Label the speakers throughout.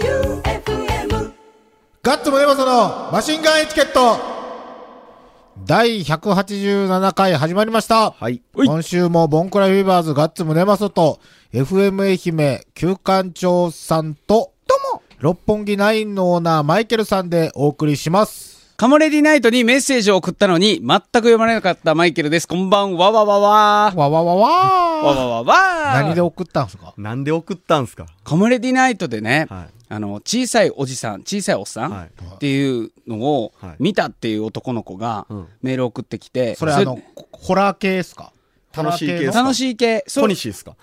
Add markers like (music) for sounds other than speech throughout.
Speaker 1: J-O-E-U-F-M
Speaker 2: ガッツムネマソのマシンガンエチケット第187回始まりました。
Speaker 3: はい。
Speaker 2: 今週もボンクラフィーバーズガッツムネマソと FM 愛媛旧館長さんと、六本木ナインのオーナーマイケルさんでお送りします。
Speaker 3: カモレディナイトにメッセージを送ったのに、全く読まれなかったマイケルです。こんばんは、わわわわ。
Speaker 2: わわわ
Speaker 3: わ
Speaker 2: わー
Speaker 3: わわわ。
Speaker 2: 何で送ったんすか
Speaker 4: なんで送ったんすか
Speaker 3: カモレディナイトでね、
Speaker 4: はい
Speaker 3: あの、小さいおじさん、小さいおっさ
Speaker 4: は
Speaker 3: ん
Speaker 4: い
Speaker 3: っていうのを
Speaker 4: はい
Speaker 3: 見たっていう男の子が
Speaker 4: うん
Speaker 3: メール送ってきて、
Speaker 2: それあの、ホラー系ですか
Speaker 4: 楽しい
Speaker 2: ホ
Speaker 4: 系
Speaker 2: ラー
Speaker 4: で
Speaker 2: の
Speaker 4: すか
Speaker 3: 楽しい系、そ
Speaker 4: 小
Speaker 3: う、い
Speaker 4: 西ですか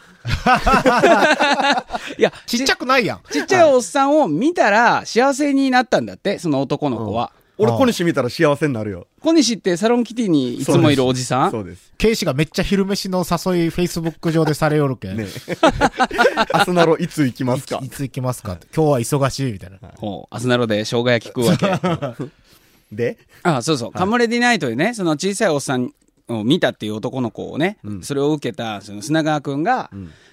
Speaker 3: や、
Speaker 2: ちっちゃくないやん。
Speaker 3: ちっちゃいおっさんを見たら幸せになったんだって、その男の子は。
Speaker 4: 俺
Speaker 2: ああ
Speaker 4: 小西見たら幸せになるよ。
Speaker 3: 小西ってサロンキティにいつもいるおじさん
Speaker 4: そうです。 (laughs)
Speaker 2: ケイシがめっちゃ昼飯の誘い Facebook 上でされよるけん。
Speaker 4: ねアスナロいつ行きますか
Speaker 2: いつ行きますかって。今日は忙しいみたいな。
Speaker 3: ほう、アスナロで生姜焼き食うわけ。
Speaker 4: で、
Speaker 3: あそうそう、カモレディナイトでね、その小さいおっさんを見たっていう男の子をね、それを受けたその砂川くんが、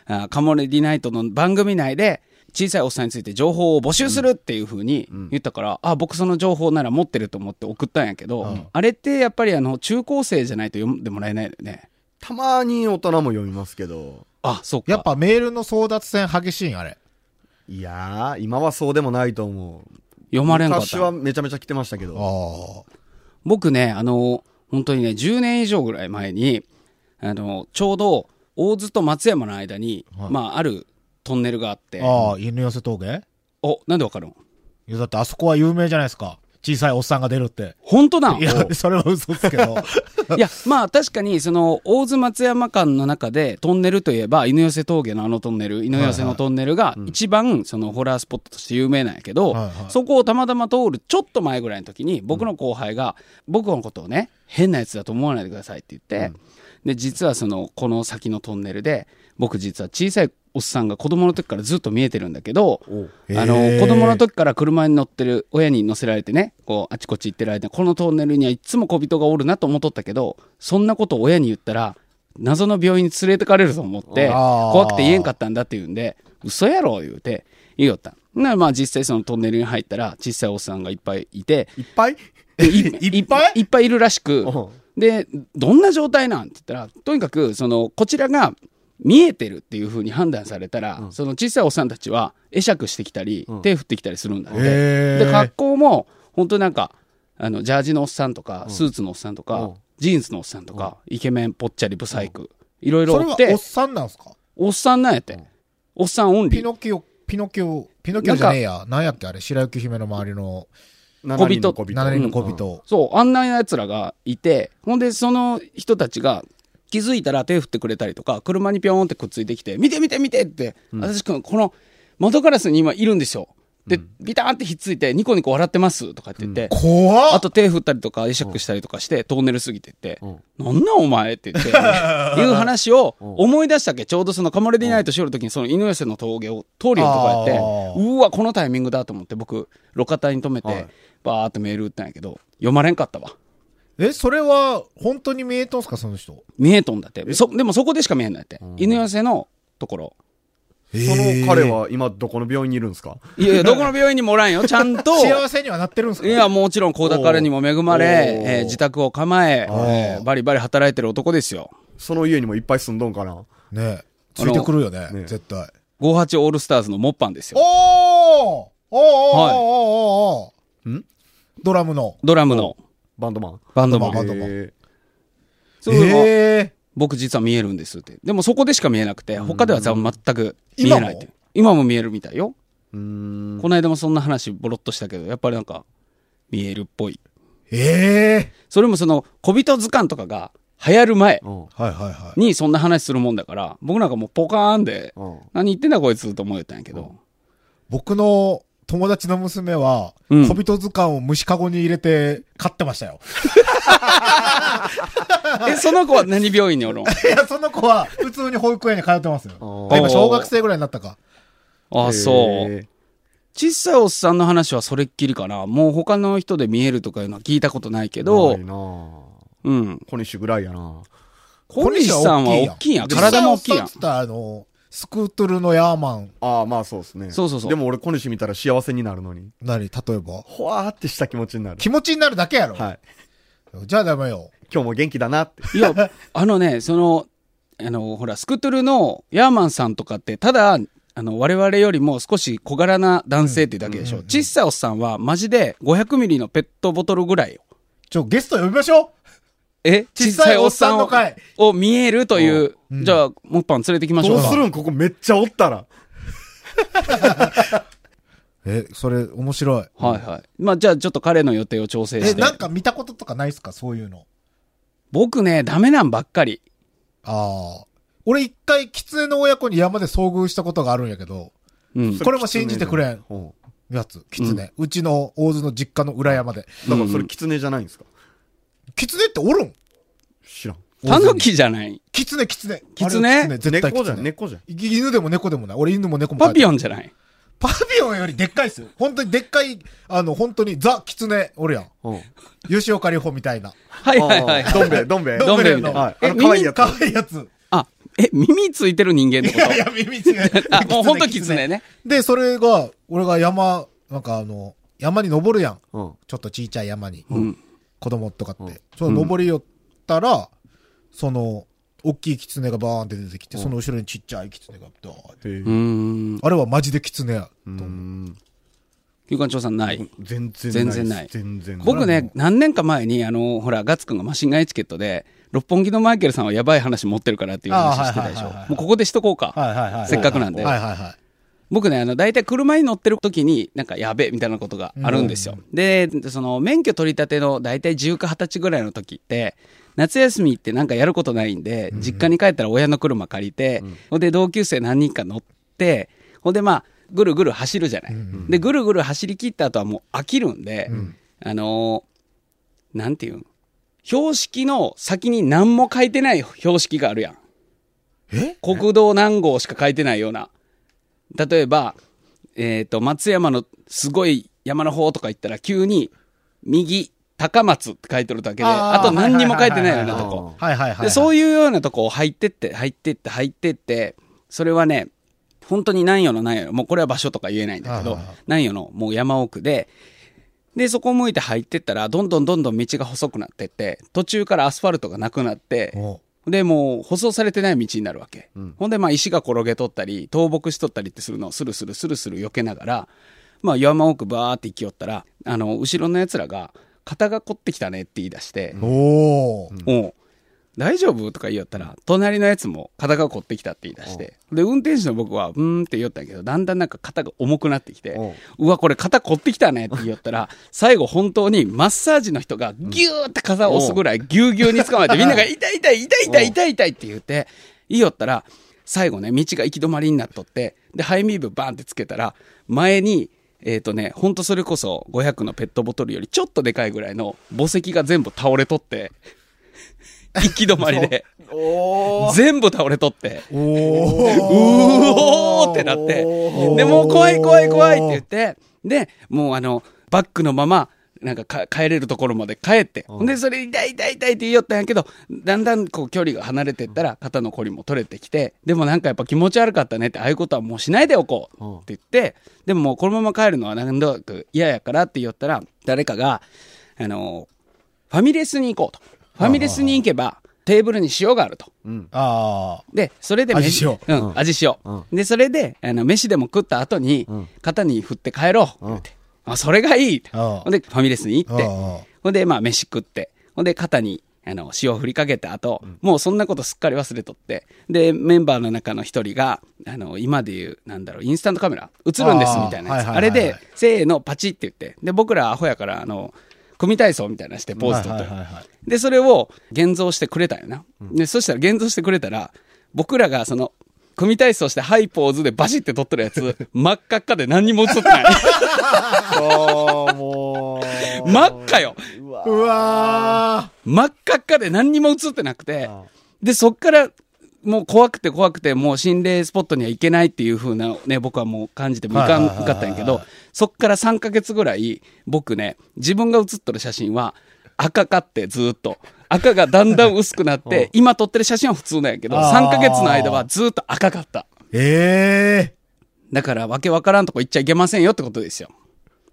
Speaker 3: あカモレディナイトの番組内で、小さいおっさんについて情報を募集するっていうふうに言ったから、あ、僕その情報なら持ってると思って送ったんやけど、あれってやっぱりあの、中高生じゃないと読んでもらえないよね。
Speaker 4: たまに大人も読みますけど、
Speaker 3: あ、そっか。
Speaker 2: やっぱメールの争奪戦激しいん、あれ。
Speaker 4: いやー、今はそうでもないと思う。
Speaker 3: 読まれんかっ
Speaker 4: 昔は
Speaker 3: た。
Speaker 4: めちゃめちゃ来てましたけ
Speaker 2: あ
Speaker 4: ど、
Speaker 2: あ。
Speaker 3: 僕ね、あの、本当にね、10年以上ぐらい前に、あの、ちょうど、大津と松山の間に、まあ、あるトンネルがあって、
Speaker 2: ああ、犬寄せ峠
Speaker 3: お、なんでわかるの
Speaker 2: いや、だってあそこは有名じゃないですか。小さいおっさんが出るって。
Speaker 3: 本当なん
Speaker 2: いや、それは嘘ですけど。
Speaker 3: おいや、まあ確かに、その、大津松山間の中で、トンネルといえば、犬寄せ峠のあのトンネル、犬寄せのトンネルが、一番、その、ホラースポットとして有名なんやけど
Speaker 2: はいはい、
Speaker 3: そこをたまたま通るちょっと前ぐらいの時に、僕の後輩が、僕のことをね、変なやつだと思わないでくださいって言って、で、実はその、この先のトンネルで、僕実は小さいおっさんが子供の時からずっと見えてるんだけど、あの
Speaker 2: へー
Speaker 3: 子供の時から車に乗ってる親に乗せられてねこうあちこち行ってる間にこのトンネルにはいつも小人がおるなと思っとったけどそんなことを親に言ったら謎の病院に連れてかれると思って
Speaker 2: あー
Speaker 3: 怖くて言えんかったんだって言うんで嘘やろ言うて言いよったなまあ実際そのトンネルに入ったら小さいおっさんがいっぱいいて
Speaker 4: いっぱい
Speaker 3: いい
Speaker 2: (laughs) いっぱい
Speaker 3: いっぱいいるらしく
Speaker 4: (laughs) う
Speaker 3: でどんな状態なんって言ったらとにかくそのこちらが見えてるっていうふうに判断されたら、その小さいおっさんたちは会釈してきたり、手振ってきたりするんだって、
Speaker 2: へー
Speaker 3: で格好も本当なんかあのジャージのおっさんとか、スーツのおっさんとか、
Speaker 4: うん
Speaker 3: ジーンズのおっさんとか、イケメンぽっちゃりブサイク、いろいろ
Speaker 2: それ
Speaker 3: お
Speaker 2: は
Speaker 3: って
Speaker 2: おっさんなんすか
Speaker 3: おっさんなんやって、おっさんオン
Speaker 2: ピ
Speaker 3: リー
Speaker 2: ノキオ、ピノキオ、ピノキオじゃねえや。なんやっけあれ、白雪姫の周りの
Speaker 4: 7人の小
Speaker 3: 小人
Speaker 4: 人。
Speaker 2: 7人の小
Speaker 4: うん。
Speaker 2: 人。
Speaker 3: そうあんなやつらがいてほんでその人たちが気づいたら手振ってくれたりとか車にピョーンってくっついてきて「見て見て見て!」って「私くんこの窓ガラスに今いるんですよ」で、ビターンってひっついて「ニコニコ笑ってます」とかって言って、
Speaker 2: 怖
Speaker 3: あ
Speaker 2: っ
Speaker 3: と手振ったりとか会釈したりとかしてトンネル過ぎてって「なんなんお前」って言っていう話を思い出したっけちょうどその「カモレディナイト」しよる時にその犬寄せの峠を通るよとかやって
Speaker 2: あー
Speaker 3: うわこのタイミングだと思って僕路肩に止めてバーってメール打ったんやけど読まれんかったわ
Speaker 2: え、それは本当に見えとんすかその人。
Speaker 3: 見えとんだってそでもそこでしか見えんないって犬寄せのところ
Speaker 4: その彼は今どこの病院にいるんですか
Speaker 3: いやいやどこの病院にもおらんよちゃん
Speaker 2: (laughs)
Speaker 3: と
Speaker 2: 幸せにはなってるんすか
Speaker 3: いや、もちろん、高田からにも恵まれ
Speaker 4: お、ー
Speaker 3: えー自宅を構え、えーバリバリ働いてる男ですよ。
Speaker 4: その家にもいっぱい住んどんかな
Speaker 2: ねえ。ついてくるよね
Speaker 4: のね。
Speaker 2: 絶対。
Speaker 3: 58オールスターズのモッパンです
Speaker 2: おー
Speaker 3: よ。
Speaker 2: おーおーお
Speaker 3: はい
Speaker 2: ーおーおー
Speaker 4: ん
Speaker 2: ドラムの。
Speaker 3: ドラムの
Speaker 4: バンドマン。
Speaker 3: バンドマ
Speaker 2: バ
Speaker 3: ン。
Speaker 2: ンドマン
Speaker 4: え
Speaker 3: そういうの
Speaker 2: え
Speaker 3: 僕実は見えるんですって。でもそこでしか見えなくて、他では全く見えないって。今も見えるみたいよ。
Speaker 4: ーうーん。
Speaker 3: この間もそんな話ボロっとしたけど、やっぱりなんか、見えるっぽい。
Speaker 2: え。ええ。
Speaker 3: それもその、小人図鑑とかが流行る前
Speaker 4: うん。
Speaker 2: はいはいはい。
Speaker 3: にそんな話するもんだから、僕なんかもうポカーンで、
Speaker 4: うん
Speaker 3: 何言ってんだこいつと思えたんやけど。
Speaker 2: 僕の友達の娘は、
Speaker 3: うん
Speaker 2: 小人図鑑を虫かごに入れて飼ってましたよ。
Speaker 3: え、その子は何病院におるん
Speaker 2: いや、その子は普通に保育園に通ってますよ。
Speaker 4: ー
Speaker 2: あ今小学生ぐらいになったか。
Speaker 3: あ、そう。
Speaker 4: えー
Speaker 3: 小さいおっさんの話はそれっきりかな。もう他の人で見えるとかいうのは聞いたことないけど
Speaker 4: ない、なぁ
Speaker 3: うん。
Speaker 4: 小西ぐらいやな
Speaker 3: 小西さんは大きいんや。体も大きい
Speaker 2: 実際おっ
Speaker 3: や
Speaker 2: さんっつったらあの、スクートルのヤーマン
Speaker 4: ああ、まあそうですね。
Speaker 3: そうそうそう
Speaker 4: でも俺、小西見たら幸せになるのに。
Speaker 2: なり、例えば。
Speaker 4: ほわーってした気持ちになる。
Speaker 2: 気持ちになるだけやろ。
Speaker 4: はい。
Speaker 2: じゃあダメよ。
Speaker 4: 今日も元気だなって。
Speaker 3: いや、あのね、その、あの、ほら、スクトゥルのヤーマンさんとかって、ただ、あの、我々よりも少し小柄な男性っていうだけでしょ。小さいおっさんは、マジで500ミリのペットボトルぐらいよ。
Speaker 2: ちょ、ゲスト呼びましょう
Speaker 3: え
Speaker 2: 小さいおっさんの会
Speaker 3: を見えるという、じゃあ、もっぱん連れてきましょ
Speaker 4: ど
Speaker 3: う
Speaker 4: う
Speaker 3: か。
Speaker 4: するんここめっちゃおったら。
Speaker 2: え、それ面白い。
Speaker 3: はいはい。まあ、じゃあ、ちょっと彼の予定を調整
Speaker 2: え、
Speaker 3: して。
Speaker 2: なんか見たこととかないっすかそういうの。
Speaker 3: 僕ね、ダメなんばっかり。
Speaker 2: ああ。俺一回、狐の親子に山で遭遇したことがあるんやけど、
Speaker 3: うん。
Speaker 2: これも信じてくれん
Speaker 4: うん。
Speaker 2: やつ、狐。うちの大津の実家の裏山で。
Speaker 4: だからそれ狐じゃないんですか
Speaker 2: 狐っておるん
Speaker 4: 知らん。
Speaker 3: タヌキじゃない。
Speaker 2: 狐、狐。
Speaker 3: 狐
Speaker 2: あれ狐絶対
Speaker 4: 猫じゃ
Speaker 2: 狐
Speaker 4: ん、。猫じゃん。
Speaker 2: 犬でも猫でもない。俺犬も猫も
Speaker 3: パピ
Speaker 2: ン。
Speaker 3: オンじゃない。
Speaker 2: パピオンよりでっかいっすよ。本当にでっかい、あの、本当にザ・狐、おるやん。
Speaker 4: うん。
Speaker 2: 吉岡里帆みたいな。
Speaker 3: はいはいはい。
Speaker 4: どん兵衛、どん兵衛。
Speaker 3: どん兵衛
Speaker 2: みたいな
Speaker 4: はい。あの、
Speaker 3: え
Speaker 4: 可愛いやつ
Speaker 2: か。わいいやつ。
Speaker 3: あ、え、耳ついてる人間って
Speaker 2: い
Speaker 3: こと
Speaker 2: やいや、耳違う。
Speaker 3: あ、もうほんとキツネね。
Speaker 2: で、それが、俺が山、なんかあの、山に登るやん。
Speaker 4: うん。
Speaker 2: ちょっとちいちゃい山に、
Speaker 3: うん。
Speaker 2: 子供とかって。
Speaker 4: うん
Speaker 2: その登り寄ったら、その、大きいキツネがバーンって出てきて、
Speaker 4: うん
Speaker 2: その後ろにちっちゃいキツネがドーンって。
Speaker 4: へえ
Speaker 3: うーん。
Speaker 2: あれはマジでキツネや。
Speaker 4: う。
Speaker 2: と思うん
Speaker 3: 休館長さんない。
Speaker 4: 全然
Speaker 3: 全然ない
Speaker 4: 全然ない。
Speaker 3: 僕
Speaker 2: はも
Speaker 3: ね、何年か前に、あの、ほら、ガッツくんがマシンガンエチケットで、六本木のマイケルさんはやばい話持ってるからっていう話してたでし
Speaker 2: あー
Speaker 3: ょ
Speaker 2: はいはいはいは。い
Speaker 3: もうここでしとこうか。
Speaker 2: はいはいはい。
Speaker 3: せっかくなんで
Speaker 2: はいはいはい。
Speaker 3: 僕ね、あの、大体車に乗ってる時に、なんかやべえみたいなことがあるんですよ。で、その、免許取り立ての大体10か20歳ぐらいの時って、夏休みってなんかやることないんで、実家に帰ったら親の車借りて、ほんで同級生何人か乗って、ほんでまあ、ぐるぐる走るじゃない。で、ぐるぐる走り切った後はもう飽きるんで、あのーなんていうん標識の先に何も書いてない標識があるやん。
Speaker 2: え
Speaker 3: 国道何号しか書いてないような。例えば、えっ、と、松山のすごい山の方とか行ったら急に、右、高松って書いてるだけで、
Speaker 2: あ
Speaker 3: あ
Speaker 2: ー
Speaker 3: と何にも書いてないような
Speaker 4: はい
Speaker 3: と
Speaker 4: は
Speaker 2: は
Speaker 4: いはいはい
Speaker 3: こ。
Speaker 2: いはいはい。
Speaker 3: で、そう
Speaker 2: いう。
Speaker 3: いうようなとこを入ってって、入ってって、入ってって、それはね、本当に何よの何よの、もうこれは場所とか言えないんだけど
Speaker 2: はいはいはい、
Speaker 3: 何よのもう山奥で、で、そこを向いて入ってったら、どんどんどんどん道が細くなってって、途中からアスファルトがなくなって、
Speaker 2: お
Speaker 3: で、もう舗装されてない道になるわけ。
Speaker 4: うん
Speaker 3: ほんで、まあ石が転げとったり、倒木しとったりってするのをスルスルスルスル避けながら、まあ山奥バーって行きよったら、あの、後ろの奴らが、肩が凝ってきたねって言い出して、
Speaker 2: おー
Speaker 3: おう大丈夫とか言いよったら、隣のやつも肩が凝ってきたって言い出して、で、運転手の僕は、うーんって言いよったんやけど、だんだんなんか肩が重くなってきて、うわ、これ肩凝ってきたねって言いよったら、最後本当にマッサージの人がギューって肩を押すぐらいギュうギュうに捕まえて、みんなが痛い痛い痛い痛い痛い痛いって言って、言いよったら、最後ね、道が行き止まりになっとって、で、ハイミーブバーンってつけたら、前に、えっ、とね、ほんとそれこそ500のペットボトルよりちょっとでかいぐらいの墓石が全部倒れとって、行き止まりで、
Speaker 4: おー
Speaker 3: 全部倒れとって、
Speaker 2: お
Speaker 3: う
Speaker 2: ー
Speaker 3: おーってなって、で、もう怖い怖い怖いって言って、で、もうあの、バックのまま、なんかか帰れるところまで帰って、で、それ痛い痛い痛いって言いよったんやけど、だんだんこう距離が離れてったら肩のこりも取れてきて、でもなんかやっぱ気持ち悪かったねって、ああいうことはもうしないでおこうって言って、でももうこのまま帰るのはなんとなく嫌やからって言ったら、誰かが、あの、ファミレスに行こうと。ファミレスに行けばテーブルに塩があると。
Speaker 2: あ
Speaker 3: で、それで飯、
Speaker 2: 味しよ
Speaker 3: う。ん、味しよう。で、それで、あの、飯でも食った後に、肩に振って帰ろう。ってあ、それがいい。
Speaker 2: ああ
Speaker 3: ほんで、ファミレスに行って
Speaker 2: ああ、
Speaker 3: ほんで、まあ、飯食って、ほんで、肩に、あの、塩振りかけた後、もうそんなことすっかり忘れとって、で、メンバーの中の一人が、あの、今で言う、なんだろう、インスタントカメラ、映るんですみたい
Speaker 2: ああ
Speaker 3: なやつ。あ
Speaker 2: はいはいはいはい
Speaker 3: れで、せーの、パチって言って、で、僕らアホやから、あの、組体操みたいなのしてポーズとって
Speaker 2: はいはいはいはい
Speaker 3: で、それを現像してくれたよな。で、そしたら現像してくれたら、僕らがその、組体操してハイポーズでバシって撮ってるやつ、真っ赤っかで何にも映っ
Speaker 2: (laughs)
Speaker 3: てない。
Speaker 4: あーもう。
Speaker 3: 真っ赤よ
Speaker 4: うわ
Speaker 2: あ。うわ
Speaker 3: 真っ赤っかで何にも映ってなくて
Speaker 4: あ、
Speaker 3: で、そっから、もう怖くて怖くて、もう心霊スポットには行けないっていう風なね、僕はもう感じてもいかんかったんやけど、そっから3ヶ月ぐらい、僕ね、自分が写っとる写真は赤かってずーっと。赤がだんだん薄くなって、今撮ってる写真は普通なんやけど、
Speaker 2: あー
Speaker 3: 3ヶ月の間はずーっと赤かった。
Speaker 2: ーええ
Speaker 3: だから、わけわからんとこ行っちゃいけませんよってことですよ。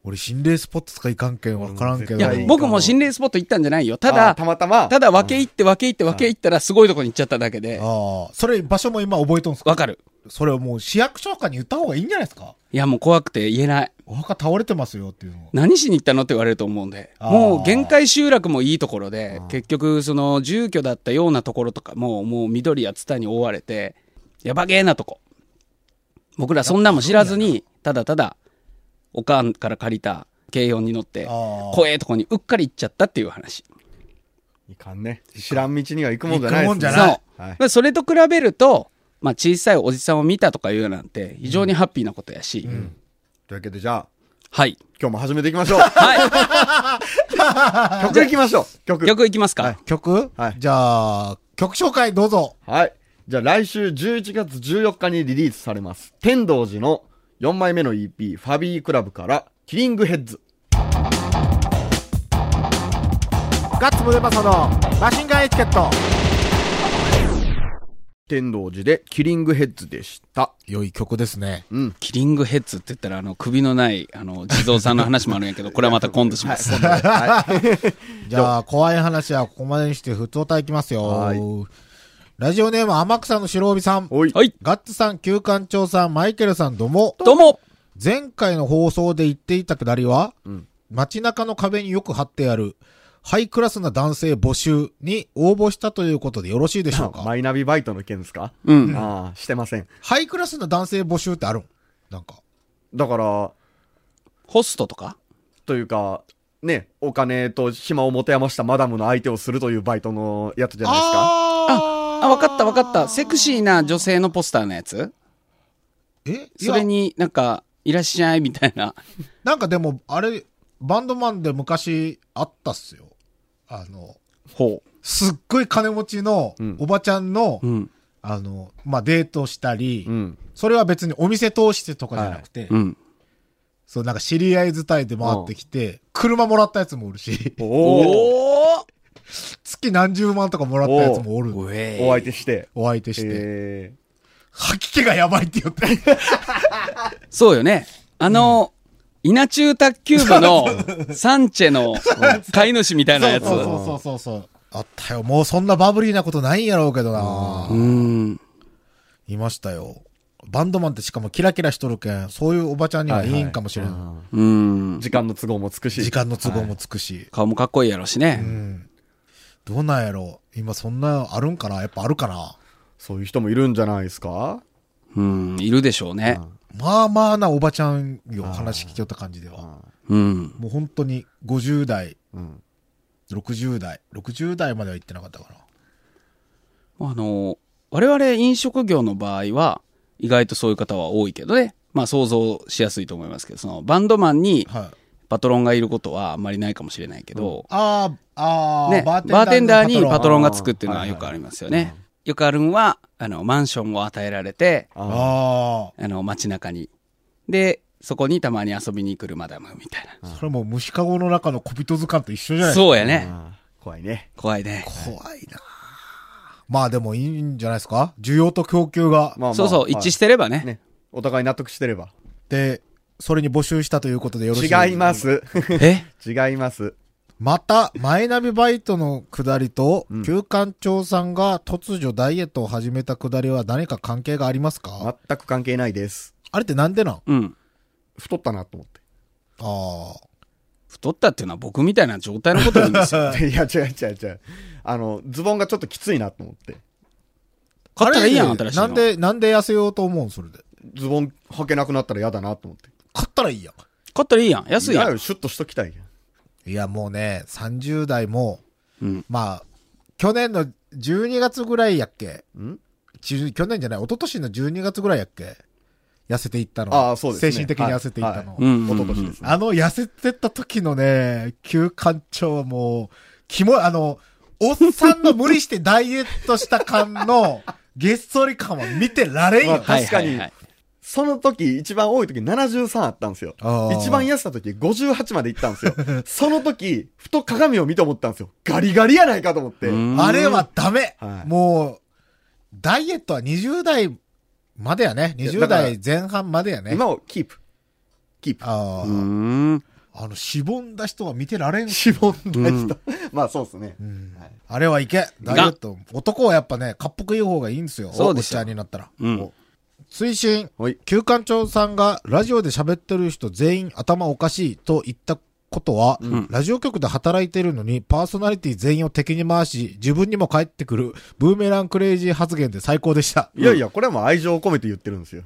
Speaker 2: 俺心霊スポットしか行かんけんわからんけど。
Speaker 3: い
Speaker 4: や
Speaker 3: や
Speaker 4: いいか、も
Speaker 3: 僕も心霊スポット行ったんじゃないよ。た
Speaker 4: あ
Speaker 3: だ、
Speaker 4: たまたま。
Speaker 3: ただ、分け入って分け入って分け入ったら、すごいとこに行っちゃっただけで、
Speaker 2: ああ、それ場所も今覚えとんすか
Speaker 3: わかる。
Speaker 2: それをもう市役所とかに言った方がいいんじゃないですか
Speaker 3: いや、もう怖くて言えない。
Speaker 2: お墓倒れてますよっていうのを。
Speaker 3: 何しに行ったのって言われると思うんで、
Speaker 2: あー
Speaker 3: もう限界集落もいいところで、結局、その住居だったようなところとかも、もう緑やツタに覆われて、やばげーなとこ。僕らそんなんも知らずに、ただただ、おかんから借りた軽音に乗って、
Speaker 2: あー
Speaker 3: 怖えとこにうっかり行っちゃったっていう話。
Speaker 4: いかんね。知らん道には行くもんじゃないですね
Speaker 2: 行くもんじゃ
Speaker 3: そ。
Speaker 2: ないう
Speaker 3: でそれと比べると、まあ、小さいおじさんを見たとかいうなんて、非常にハッピーなことやし、
Speaker 4: というわけでじゃあ、
Speaker 3: はい。
Speaker 4: 今日も始めていきましょう。
Speaker 3: は
Speaker 4: (laughs) 曲いきましょう。曲。
Speaker 3: い。曲いきますか。
Speaker 4: はい
Speaker 2: 曲
Speaker 4: はい
Speaker 2: じゃあ、曲紹介どうぞ。
Speaker 4: はい。じゃあ来週11月14日にリリースされます。天童寺の4枚目の EP、ファビークラブから、キリングヘッズ。
Speaker 2: ガッツムネマソのマシンガンエチケット。
Speaker 4: 天童寺でキリングヘッズでした。
Speaker 2: 良い曲ですね。
Speaker 4: うん。
Speaker 3: キリングヘッズって言ったら、あの、首のない、あの、地蔵さんの話もあるんや (laughs) けど、これはまた今度します。
Speaker 2: じゃあ、怖い話はここまでにして、普通歌いきます
Speaker 4: はい
Speaker 2: よ。ラジオネーム、天草の白帯さん。
Speaker 4: おい。
Speaker 3: はい。
Speaker 2: ガッツさん、旧館長さん、マイケルさん、どうも。
Speaker 3: どうも
Speaker 2: 前回の放送で言っていたくだりは、
Speaker 4: ん
Speaker 2: 街中の壁によく貼ってある、ハイクラスな男性募集に応募したということでよろしいでしょうか
Speaker 4: マイナビバイトの件ですか
Speaker 3: うん。
Speaker 4: ああ、してません。
Speaker 2: ハイクラスな男性募集ってあるんなんか。
Speaker 4: だから、
Speaker 3: ホストとか
Speaker 4: というか、ね、お金と暇を持て余したマダムの相手をするというバイトのやつじゃないですか。
Speaker 2: あ
Speaker 3: あ、わかったわかった。セクシーな女性のポスターのやつ
Speaker 2: えい
Speaker 3: そ
Speaker 2: や
Speaker 3: れになんか、いらっしゃいみたいな。
Speaker 2: なんかでも、あれ、バンドマンで昔あったっすよ。あの、
Speaker 3: ほ
Speaker 2: すっごい金持ちの
Speaker 4: ん
Speaker 2: おばちゃんの、
Speaker 3: う。うん。
Speaker 2: あの、まあ、デートしたり、
Speaker 4: うん。
Speaker 2: それは別にお店通してとかじゃなくて、
Speaker 3: うん。
Speaker 2: そう、なんか知り合い伝いで回ってきて、車もらったやつもおるし、
Speaker 4: おお
Speaker 3: お
Speaker 2: 月何十万とかもらったやつもおる
Speaker 3: おえ
Speaker 4: お相手して。
Speaker 2: お相手して。
Speaker 4: え
Speaker 2: 吐き気がやばいって言って。
Speaker 3: そうよね。あの、稲中卓球部 (laughs) のサンチェの飼い主みたいなやつ。
Speaker 2: そうそうそうそうそう。あったよ。もうそんなバブリーなことないんやろうけどな
Speaker 3: う。ん。
Speaker 2: いましたよ。バンドマンってしかもキラキラしとるけん、そういうおばちゃんに
Speaker 4: ー
Speaker 2: はいいんかもしれん。
Speaker 4: はは
Speaker 3: う
Speaker 4: うん
Speaker 3: ん。
Speaker 4: 時間の都合もつくし。
Speaker 2: 時間の都合もつくし。
Speaker 3: 顔もかっこいいやろしね。
Speaker 2: うん。どうなんやろう。今そんなあるんかなやっぱあるかな
Speaker 4: そういう人もいるんじゃないですか
Speaker 3: うん。いるでしょうね。
Speaker 2: まあまあなおばちゃんよ。話聞きよった感じでは。
Speaker 3: うん。
Speaker 2: もう本当に50代、
Speaker 4: うん。
Speaker 2: 60代、60代までは行ってなかったかな。
Speaker 3: あの、我々飲食業の場合は、意外とそういう方は多いけどね。まあ想像しやすいと思いますけど、そのバンドマンに
Speaker 2: はい。
Speaker 3: パトロンがいることはあんまりないかもしれないけど、
Speaker 2: あーあー、
Speaker 3: ね、バーテンダーにパトロン
Speaker 4: ン
Speaker 3: がつくっていうのはよくありますよね。よくあるんは、あの、マンションを与えられて、
Speaker 4: ああ。
Speaker 2: あ
Speaker 3: あの、街中に。で、そこにたまに遊びに来るマダムみたい
Speaker 2: あ。それもう虫かごの中の小人図鑑と一緒じゃな
Speaker 3: な。
Speaker 2: いです
Speaker 3: そうやね。
Speaker 4: 怖いね。
Speaker 3: 怖いね。
Speaker 2: か。怖いなまあでもいいんじゃないですか需要と供給が。
Speaker 4: まあまあ
Speaker 3: そうそう、一致してればね。
Speaker 4: ね。お互い納得してれば。
Speaker 2: で、それに募集したということでよろしい
Speaker 4: 違いま。
Speaker 2: (laughs)
Speaker 4: す。
Speaker 3: え
Speaker 4: 違います。
Speaker 2: また、マイナビバイトのくだりと、旧館長さんが突如ダイエットを始めたくだりは何か関係がありますか
Speaker 4: 全く関係ないです。
Speaker 2: あれってなんでなん
Speaker 3: うん。
Speaker 4: 太ったなと思っ
Speaker 2: あ
Speaker 3: 太ったっていうのは僕みたいな状態のことを言うんです (laughs) よ。
Speaker 4: て。いや、違う違う違う。あの、ズボンがちょっときついなと思って。
Speaker 2: あ。
Speaker 3: 買ったらいいや
Speaker 2: あ
Speaker 3: ん、
Speaker 2: れ
Speaker 3: 新しいの。
Speaker 2: なんで、なんで痩せようと思うんそれで。
Speaker 4: ズボン履けなくなったら嫌だなと思って。
Speaker 2: 買ったらいいやん。
Speaker 3: 買ったらいいやん。安いや
Speaker 4: 嫌
Speaker 3: ん。
Speaker 4: よシュッとしときたいやん。
Speaker 2: いや、もうね、30代も、
Speaker 3: うん
Speaker 2: まあ、去年の12月ぐらいやっけ
Speaker 4: ん
Speaker 2: 10去年じゃない、一昨年の12月ぐらいやっけ痩せていったの。
Speaker 4: ああ、そうですね。
Speaker 2: 精神的に痩せていったの。
Speaker 4: は
Speaker 3: うんうんうん
Speaker 4: おととしですね。
Speaker 2: あの、痩せてった時のね、休館長はもう、キモい、あの、おっさんの無理してダイエットした感
Speaker 4: (laughs)
Speaker 2: の、げっそり感は見てられんよ。
Speaker 4: ま確かに
Speaker 3: はいはいはい
Speaker 4: その時、一番多い時73あったんですよ
Speaker 2: あ。ー
Speaker 4: 一番痩せた時58まで行ったんですよ。 (laughs) その時、ふと鏡を見て思ったんですよ。ガリガリやないかと思って。
Speaker 3: うん
Speaker 2: あれはダメ、
Speaker 4: はい
Speaker 2: もう、ダイエットは20代までやね。
Speaker 4: や
Speaker 2: 20
Speaker 4: だから
Speaker 2: 代前半までやね。
Speaker 4: 今をキープ。キープ。
Speaker 2: あ
Speaker 3: う
Speaker 2: あ、
Speaker 3: ーん。
Speaker 2: あの、しぼんだ人は見てられん。
Speaker 4: しぼんだ人。 (laughs) まあそうですね。
Speaker 2: あれはいけ。ダイエット。男はやっぱね、かっぽくいい方がいいんですよ。
Speaker 3: そう
Speaker 2: お
Speaker 3: で
Speaker 2: っ
Speaker 3: す
Speaker 2: ち
Speaker 3: よ
Speaker 2: ゃんになったら。
Speaker 3: うん。
Speaker 2: 推進。
Speaker 4: はい。
Speaker 2: 旧館長さんがラジオで喋ってる人全員頭おかしいと言ったことは、ラジオ局で働いてるのにパーソナリティ全員を敵に回し、自分にも返ってくるブーメランクレイジー発言で最高でした。
Speaker 4: いやいや、これはもう愛情を込めて言ってるんですよ。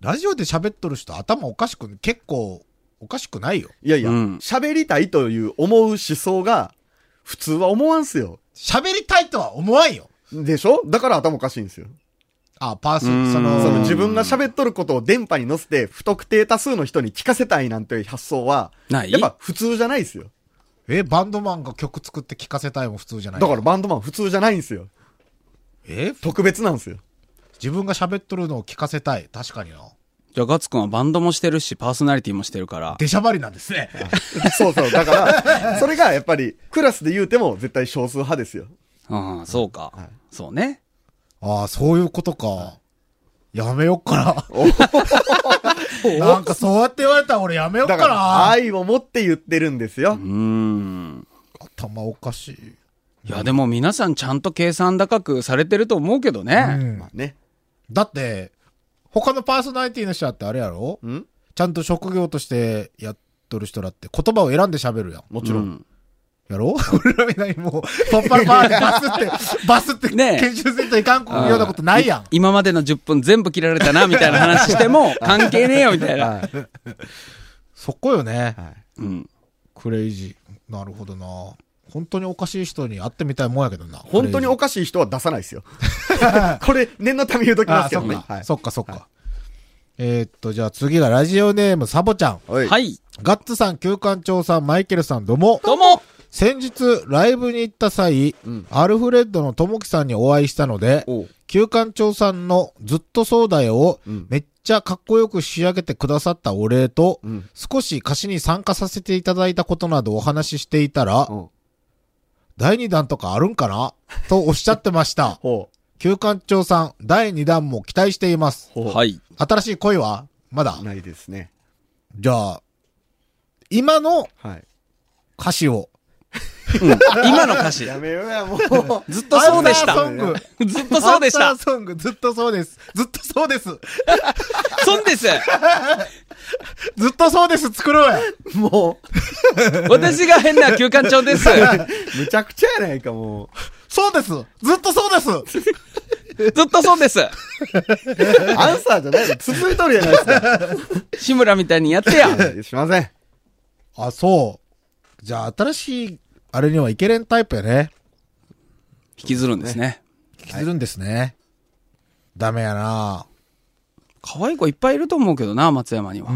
Speaker 2: ラジオで喋っとる人頭おかしく、結構おかしくないよ。
Speaker 4: いやいや、
Speaker 3: うん
Speaker 4: 喋、りたいという思う思想が、普通は思わんすよ。
Speaker 2: 喋りたいとは思わんよ。
Speaker 4: でしょだから頭おかしいんですよ。
Speaker 2: あ、パーソ、
Speaker 3: うん
Speaker 2: その、
Speaker 4: そ
Speaker 3: うん
Speaker 4: の自分が喋っとることを電波に乗せて、不特定多数の人に聞かせたいなんていう発想は、
Speaker 3: ない
Speaker 4: やっぱ普通じゃないですよ。
Speaker 2: え、バンドマンが曲作って聴かせたいも普通じゃない
Speaker 4: だからバンドマン普通じゃないんですよ。
Speaker 2: え
Speaker 4: 特別なんですよ。
Speaker 2: 自分が喋っとるのを聞かせたい。確かにな。
Speaker 3: じゃあ、ガッツくんはバンドもしてるし、パーソナリティもしてるから。
Speaker 2: 出しゃばりなんですね。
Speaker 4: そうそう。だから、それがやっぱり、クラスで言うても絶対少数派ですよ。
Speaker 3: うん、そうか。そうね。
Speaker 2: ああ、そういうことか。やめよっかな。 (laughs) なんかそうやって言われたら俺やめよっか
Speaker 4: だ
Speaker 2: な。
Speaker 4: から、愛を持って言ってるんですよ
Speaker 3: う。ーん。
Speaker 2: 頭おかしい。
Speaker 3: いや、でも皆さんちゃんと計算高くされてると思うけどね。
Speaker 4: まあね。
Speaker 2: だって、他のパーソナリティの人だってあれやろ
Speaker 4: うん
Speaker 2: ちゃんと職業としてやっとる人だって言葉を選んで喋るやん。
Speaker 4: もちろん。
Speaker 3: うん
Speaker 2: やろ (laughs) 俺らみたいにもう、パッパラパーでバスって、バスっ
Speaker 4: (laughs)
Speaker 2: て
Speaker 3: ねえ
Speaker 2: 研修生といかんようなことないやん。
Speaker 3: 今までの10分全部切られたな、みたいな話しても、関係ねえよ、みたいな。
Speaker 2: そこよね。
Speaker 3: うん。
Speaker 2: クレイジー。なるほどな。本当におかしい人に会ってみたいもんやけどな。ク
Speaker 4: 本当に
Speaker 2: レイジー
Speaker 4: おかしい人は出さないですよ。これ、念のため言うときま
Speaker 2: あ
Speaker 4: すけ
Speaker 2: そ
Speaker 4: ど
Speaker 2: っ
Speaker 4: ね。
Speaker 2: か、
Speaker 4: はい
Speaker 2: そっかそっか。えーっと、じゃあ次がラジオネームサボちゃん。
Speaker 4: はい
Speaker 3: はい。
Speaker 2: ガッツさん、旧館長さん、マイケルさん、どうも。
Speaker 3: どうも
Speaker 2: 先日、ライブに行った際、アルフレッドのともきさんにお会いしたので
Speaker 4: おう、
Speaker 2: 旧館長さんのずっとそうだよを、めっちゃかっこよく仕上げてくださったお礼と、少し歌詞に参加させていただいたことなどお話ししていたら、
Speaker 4: うん
Speaker 2: 第2弾とかあるんかなとおっしゃってました。
Speaker 3: (laughs)
Speaker 4: ほ
Speaker 2: 旧館長さん、第2弾も期待しています。
Speaker 4: う。ほう。
Speaker 3: はい。
Speaker 2: 新しい恋はまだ
Speaker 4: ないですね。
Speaker 2: じゃあ、今の
Speaker 4: はい。
Speaker 2: 歌詞を。
Speaker 3: 今の歌詞。
Speaker 4: やめようや、もう。
Speaker 3: ずっとそうでし
Speaker 2: アン
Speaker 3: た
Speaker 2: サー。ソング。
Speaker 3: ずっとそうでし
Speaker 2: ア
Speaker 3: た
Speaker 2: ン。サーソング、ずっとそうです。ずっとそうです。
Speaker 3: そうです。
Speaker 2: ずっとそうです、作ろうや。
Speaker 4: (laughs) も
Speaker 3: 私が変な休館長です。
Speaker 4: (laughs)
Speaker 3: ず
Speaker 4: う、むちゃくちゃやないか、もう。
Speaker 2: そうです。ずっとそうです。
Speaker 3: っとそうです。
Speaker 4: (laughs) アンサーじゃないの続いとるやないですか。
Speaker 3: 志村みたいにやってや。
Speaker 4: はいすいません。
Speaker 2: あ、そう。じゃあ、新しい、あれにはいけれんタイプやね。
Speaker 3: 引きずるんですね。
Speaker 2: 引きずるんですね。ダメやな
Speaker 3: 可愛い子いっぱいいると思うけどな、松山には。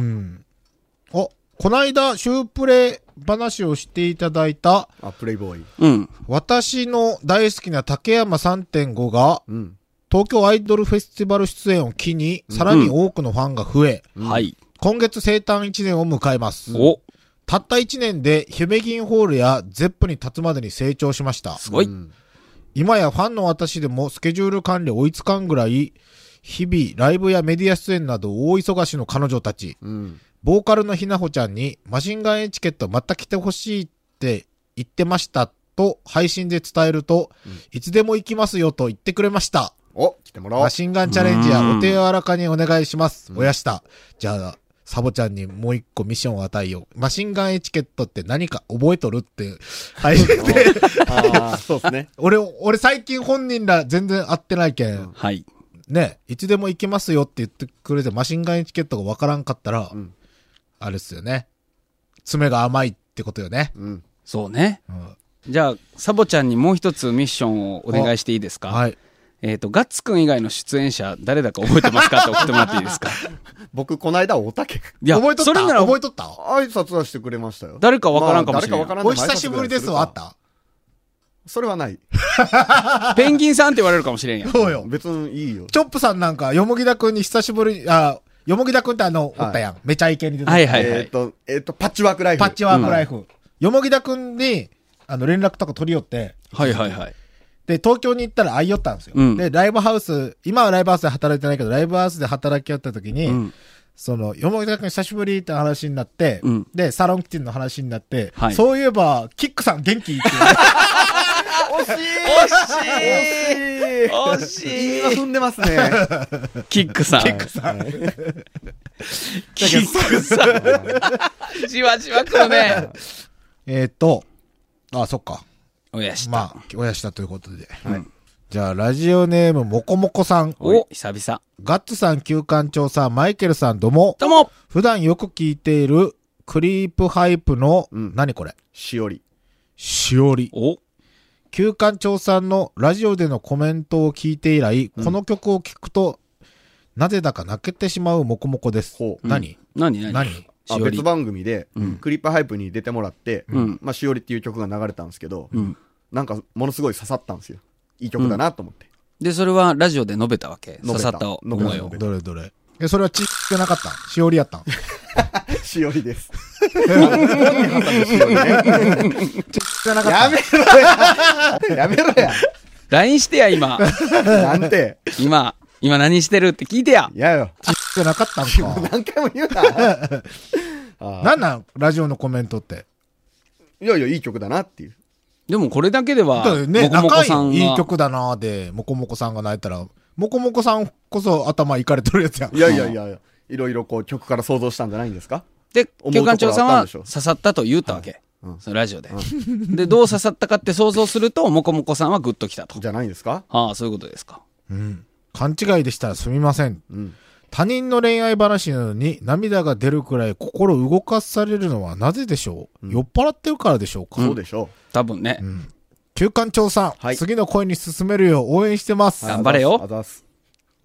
Speaker 2: お、こないだ、シュープレイ話をしていただいた、
Speaker 4: あ、プレイボーイ。
Speaker 3: うん。
Speaker 2: 私の大好きな竹山3.5が、
Speaker 4: うん。
Speaker 2: 東京アイドルフェスティバル出演を機に、さらに多くのファンが増え、
Speaker 3: はい。
Speaker 2: 今月生誕1年を迎えます。
Speaker 3: お、
Speaker 2: たった1年で、姫銀ホールやゼップに立つまでに成長しました。
Speaker 3: すごい。
Speaker 2: 今やファンの私でもスケジュール管理追いつかんぐらい、日々ライブやメディア出演など大忙しの彼女たち、
Speaker 4: うん。
Speaker 2: ボーカルのひなほちゃんにマシンガンエチケットまた来てほしいって言ってましたと配信で伝えると、いつでも行きますよと言ってくれました。
Speaker 4: お、来てもらおう
Speaker 2: マ。シンガンチャレンジや
Speaker 3: うん
Speaker 2: お手柔らかにお願いします。おやした。じゃあ、サボちゃんにもう一個ミッションを与えよう。マシンガンエチケットって何か覚えとるって、
Speaker 3: (laughs)
Speaker 2: 配信で
Speaker 4: ああ、そうですね。
Speaker 2: 俺、俺最近本人ら全然会ってないけん、
Speaker 3: はい。
Speaker 2: ね、いつでも行きますよって言ってくれて、マシンガンエチケットがわからんかったら、
Speaker 4: ん
Speaker 2: あれっすよね。爪が甘いってことよね。
Speaker 4: うん。
Speaker 3: そうね。
Speaker 2: うん
Speaker 3: じゃあ、サボちゃんにもう一つミッションをお願いしていいですか
Speaker 2: はい。
Speaker 3: えっと、ガッツくん以外の出演者、誰だか覚えてますかって送ってもらっていいですか
Speaker 4: 僕、こないだおたけ。
Speaker 3: いや
Speaker 2: 覚えとった
Speaker 3: それなら
Speaker 2: 覚えとった
Speaker 4: 挨拶はしてくれましたよ。
Speaker 3: 誰かわからんかもしれん
Speaker 4: まあ誰かわからんで
Speaker 2: お
Speaker 4: も
Speaker 2: 久しぶりですわ、あっ
Speaker 4: 挨拶ぐらいるか
Speaker 2: た
Speaker 4: それはない。
Speaker 3: ペンギンさんって言われるかもしれんや。
Speaker 2: そうよ。
Speaker 4: 別にいいよ。
Speaker 2: チョップさんなんか、よもぎだくんに久しぶり、あ、よもぎだくんってあの、おったやん。めちゃイケに出てた
Speaker 3: はいはいは
Speaker 4: えっ
Speaker 3: い。
Speaker 4: と、えっと、パッチワークライフ。
Speaker 2: パッチワークライフ。よもぎだくんに、あの、連絡とか取り寄って、
Speaker 3: はいはいはい。
Speaker 2: で、東京に行ったら会いよったんですよ。
Speaker 3: うん
Speaker 2: で、ライブハウス、今はライブハウスで働いてないけど、ライブハウスで働き合った時に、
Speaker 3: うん
Speaker 2: その、山本君久しぶりって話になって、
Speaker 3: うん
Speaker 2: で、サロンキティの話になって、
Speaker 3: はい
Speaker 2: そういえば、キックさん元気って
Speaker 3: (laughs)
Speaker 2: 言われて
Speaker 3: 惜しい惜
Speaker 4: 今
Speaker 3: しい
Speaker 4: 踏んでますね。
Speaker 3: キックさん。キックさん。キックさん。じわじわくるね。
Speaker 2: えーっと、あ、そっか。
Speaker 3: おやした。
Speaker 2: まあ、おやしたということで。じゃあ、ラジオネーム、もこもこさん。
Speaker 3: お、久々。
Speaker 2: ガッツさん、旧館長さん、マイケルさん、どうも。
Speaker 3: どうも
Speaker 2: 普段よく聞いている、クリープハイプの、
Speaker 4: うん
Speaker 2: 何これ
Speaker 4: しおり。
Speaker 2: しおり。
Speaker 3: お、
Speaker 2: 旧館長さんのラジオでのコメントを聞いて以来、この曲を聞くと、なぜだか泣けてしまうモコモコです。
Speaker 4: ほう
Speaker 2: 何、
Speaker 3: 何何
Speaker 2: 何
Speaker 4: あ
Speaker 3: しおり
Speaker 4: 別番組で、
Speaker 3: うん
Speaker 4: クリップハイプに出てもらって、
Speaker 3: うん
Speaker 4: まあ、しおりっていう曲が流れたんですけど、
Speaker 3: うん。
Speaker 4: なんかものすごい刺さったんですよ。いい曲だなと思って。
Speaker 3: で、それはラジオで述べたわけ。
Speaker 4: べた
Speaker 3: 刺さった思いを。
Speaker 2: どれどれえ、それはちっくなかったんしおりやったんちっ
Speaker 4: しおりです。本人挟むしおりね
Speaker 2: くなかった
Speaker 4: や
Speaker 2: ん
Speaker 4: めろや。やめろや。
Speaker 3: LINE してや、今。
Speaker 4: なんて。
Speaker 3: 今、今何してるって聞いてや。
Speaker 4: いやよ。
Speaker 2: ちっくなかったんか。
Speaker 4: (laughs) 何回も言うな。あー
Speaker 2: なんなんラジオのコメントって。
Speaker 4: いやいや、いい曲だなっていう。
Speaker 3: でもこれだけでは、
Speaker 2: だってね、
Speaker 3: もこもこ
Speaker 2: 仲いい
Speaker 3: さん
Speaker 2: よ
Speaker 3: が。
Speaker 2: いい曲だなーで、もこもこさんが泣いたら、もこもこさんこそ頭いかれてるやつやん。
Speaker 4: いやいやいやいや、いろいろこう曲から想像したんじゃないんですか
Speaker 3: で、
Speaker 4: 思
Speaker 3: 教
Speaker 4: うところ
Speaker 3: 官長さ
Speaker 4: あ
Speaker 3: ん
Speaker 4: ったん
Speaker 3: は
Speaker 4: でしょ
Speaker 3: 刺さったと言ったわけ。そのラジオで。で、どう刺さったかって想像すると、もこもこさんはグッときたと。
Speaker 4: じゃないですか
Speaker 3: ああ、そういうことですか。
Speaker 2: うん。勘違いでしたらすみません。
Speaker 4: うん。
Speaker 2: 他人の恋愛話なのに涙が出るくらい心動かされるのはなぜでしょう、酔っ払ってるからでしょうか、
Speaker 4: そうでしょ
Speaker 3: 多分ね。
Speaker 2: 旧館長さん、
Speaker 4: はい
Speaker 2: 次の恋に進めるよう応援してます。
Speaker 4: う。
Speaker 3: 頑張れよ
Speaker 4: あざす。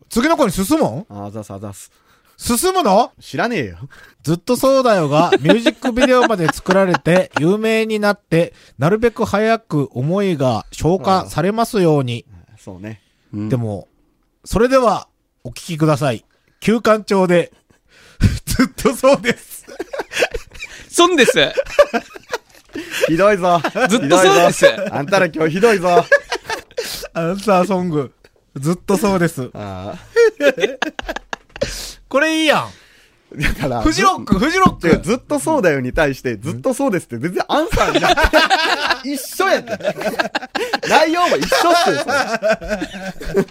Speaker 2: 次の恋に進むん
Speaker 4: あざす、あざす。
Speaker 2: 進むの
Speaker 4: 知らねえよ。 (laughs)
Speaker 2: ずっとそうだよが、ミュージックビデオまで作られて、有名になって、なるべく早く思いが消化されますように。
Speaker 4: そうね。
Speaker 3: うん
Speaker 2: でも、それでは、お聞きください。旧館長で、 (laughs) ずっとそうです。
Speaker 3: そうです。
Speaker 4: ひどいぞ。
Speaker 3: ずっとそうです
Speaker 4: ひどいぞあんたら今日ひどいぞ。
Speaker 2: アンサーソング、ずっとそうです。
Speaker 4: あ
Speaker 2: これいいやん。
Speaker 4: あ。だから、
Speaker 2: フジロック、フジロッ
Speaker 4: ず
Speaker 2: ク。
Speaker 4: ずっとそうだよに対して、ずっとそうですって全然アンサーになって一緒やって。 (laughs) 内容も一緒っすよそれ